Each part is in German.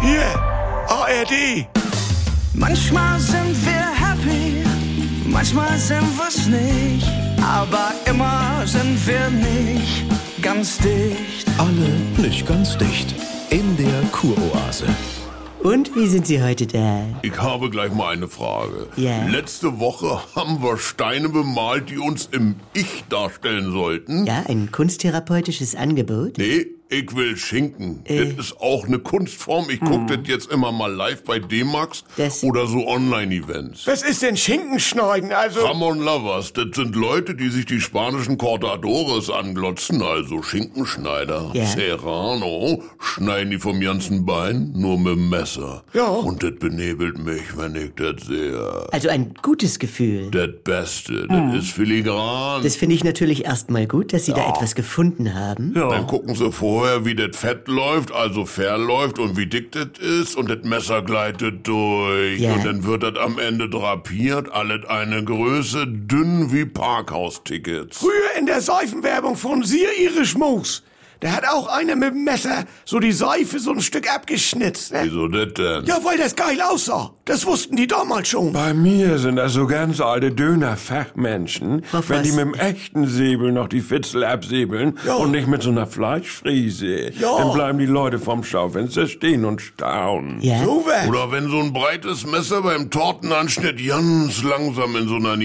Hier, ARD. Manchmal sind wir happy, manchmal sind wir's nicht, aber immer sind wir nicht ganz dicht. Alle nicht ganz dicht. In der Kuroase. Und wie sind Sie heute da? Ich habe gleich mal eine Frage. Ja. Letzte Woche haben wir Steine bemalt, die uns im Ich darstellen sollten. Ja, ein kunsttherapeutisches Angebot? Nee, ich will Schinken. Äh. Das ist auch eine Kunstform. Ich gucke das jetzt immer mal live bei D-Max Hm. Das- Äh. oder so Online-Events. Was ist denn Schinkenschneiden? Also, Ramon Lovers, das sind Leute, die sich die spanischen Cortadores anglotzen, also Schinkenschneider. Ja. Serrano schneiden die vom ganzen Bein nur mit dem Messer. Ja. Und das benebelt mich, wenn ich das sehe. Also ein gutes Gefühl. Das Beste, das ist filigran. Das finde ich natürlich erstmal gut, dass Sie da etwas gefunden haben. Dann gucken sie vorher, wie das Fett läuft, also verläuft und wie dick das ist und das Messer gleitet durch. Ja. Und dann wird das am Ende drapiert, alles eine Größe, dünn wie Parkhaus-Tickets. früher in der Seifenwerbung von Sir Irish Moos. Da hat auch einer mit dem Messer so die Seife so ein Stück abgeschnitzt. Ne? Wieso das denn? Ja, weil das geil aussah. Das wussten die damals schon. Bei mir sind das so ganz alte Dönerfachmenschen, Frau Voss. wenn die mit dem echten Säbel noch die Fitzel absäbeln Ja. und nicht mit so einer Fleischfriese. Ja. Dann bleiben die Leute vom Schaufenster stehen und staunen. Ja? So was. Oder wenn so ein breites Messer beim Tortenanschnitt ganz langsam in so einer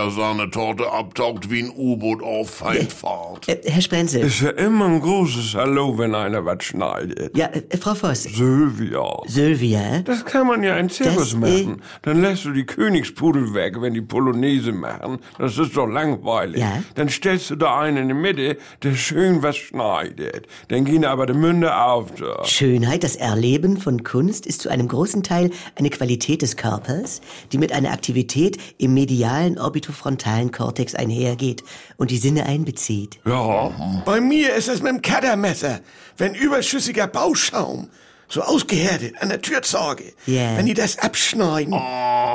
Niederecker-Sahnetorte abtaucht wie ein U-Boot auf Feindfahrt. Äh, Herr Sprenzel. Ist ja immer ein großes Hallo, wenn einer was schneidet. Ja, äh, Frau Voss. Sylvia. Sylvia? Das kann man ja in Zirkus Das, äh, machen. Dann lässt du die Königspudel weg, wenn die Polonaise machen. Das ist doch langweilig. Ja. Dann stellst du da einen in die Mitte, der schön was schneidet. Dann gehen aber die Münde auf. Da. Schönheit, das Erleben von Kunst ist zu einem großen Teil eine Qualität des Körpers, die mit einer Aktivität im medialen orbitofrontalen Kortex einhergeht und die Sinne einbezieht. Ja. Bei mir ist es mit dem Kadermesser. Wenn überschüssiger Bauschaum so ausgehärtet an der Türzorge, Ja. wenn die das abschneiden mit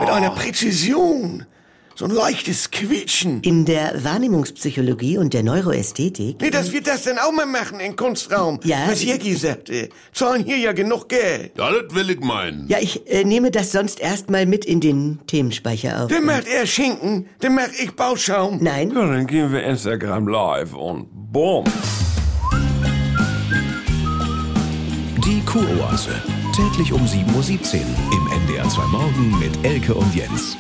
Ah. einer Präzision, so ein leichtes Quietschen. In der Wahrnehmungspsychologie und der Neuroästhetik Nee, dass wir das denn auch mal machen im Kunstraum. Ja. Was ihr gesagt habt. Zahlen hier ja genug Geld. Ja, das will ich meinen. Ja, ich äh, nehme das sonst erstmal mit in den Themenspeicher auf. Dann macht er Schinken, dann mach ich Bauschaum. Nein? Ja, dann gehen wir Instagram live und bumm. Die Kuroase. Täglich um 7.17 Uhr im NDR 2 Morgen mit Elke und Jens.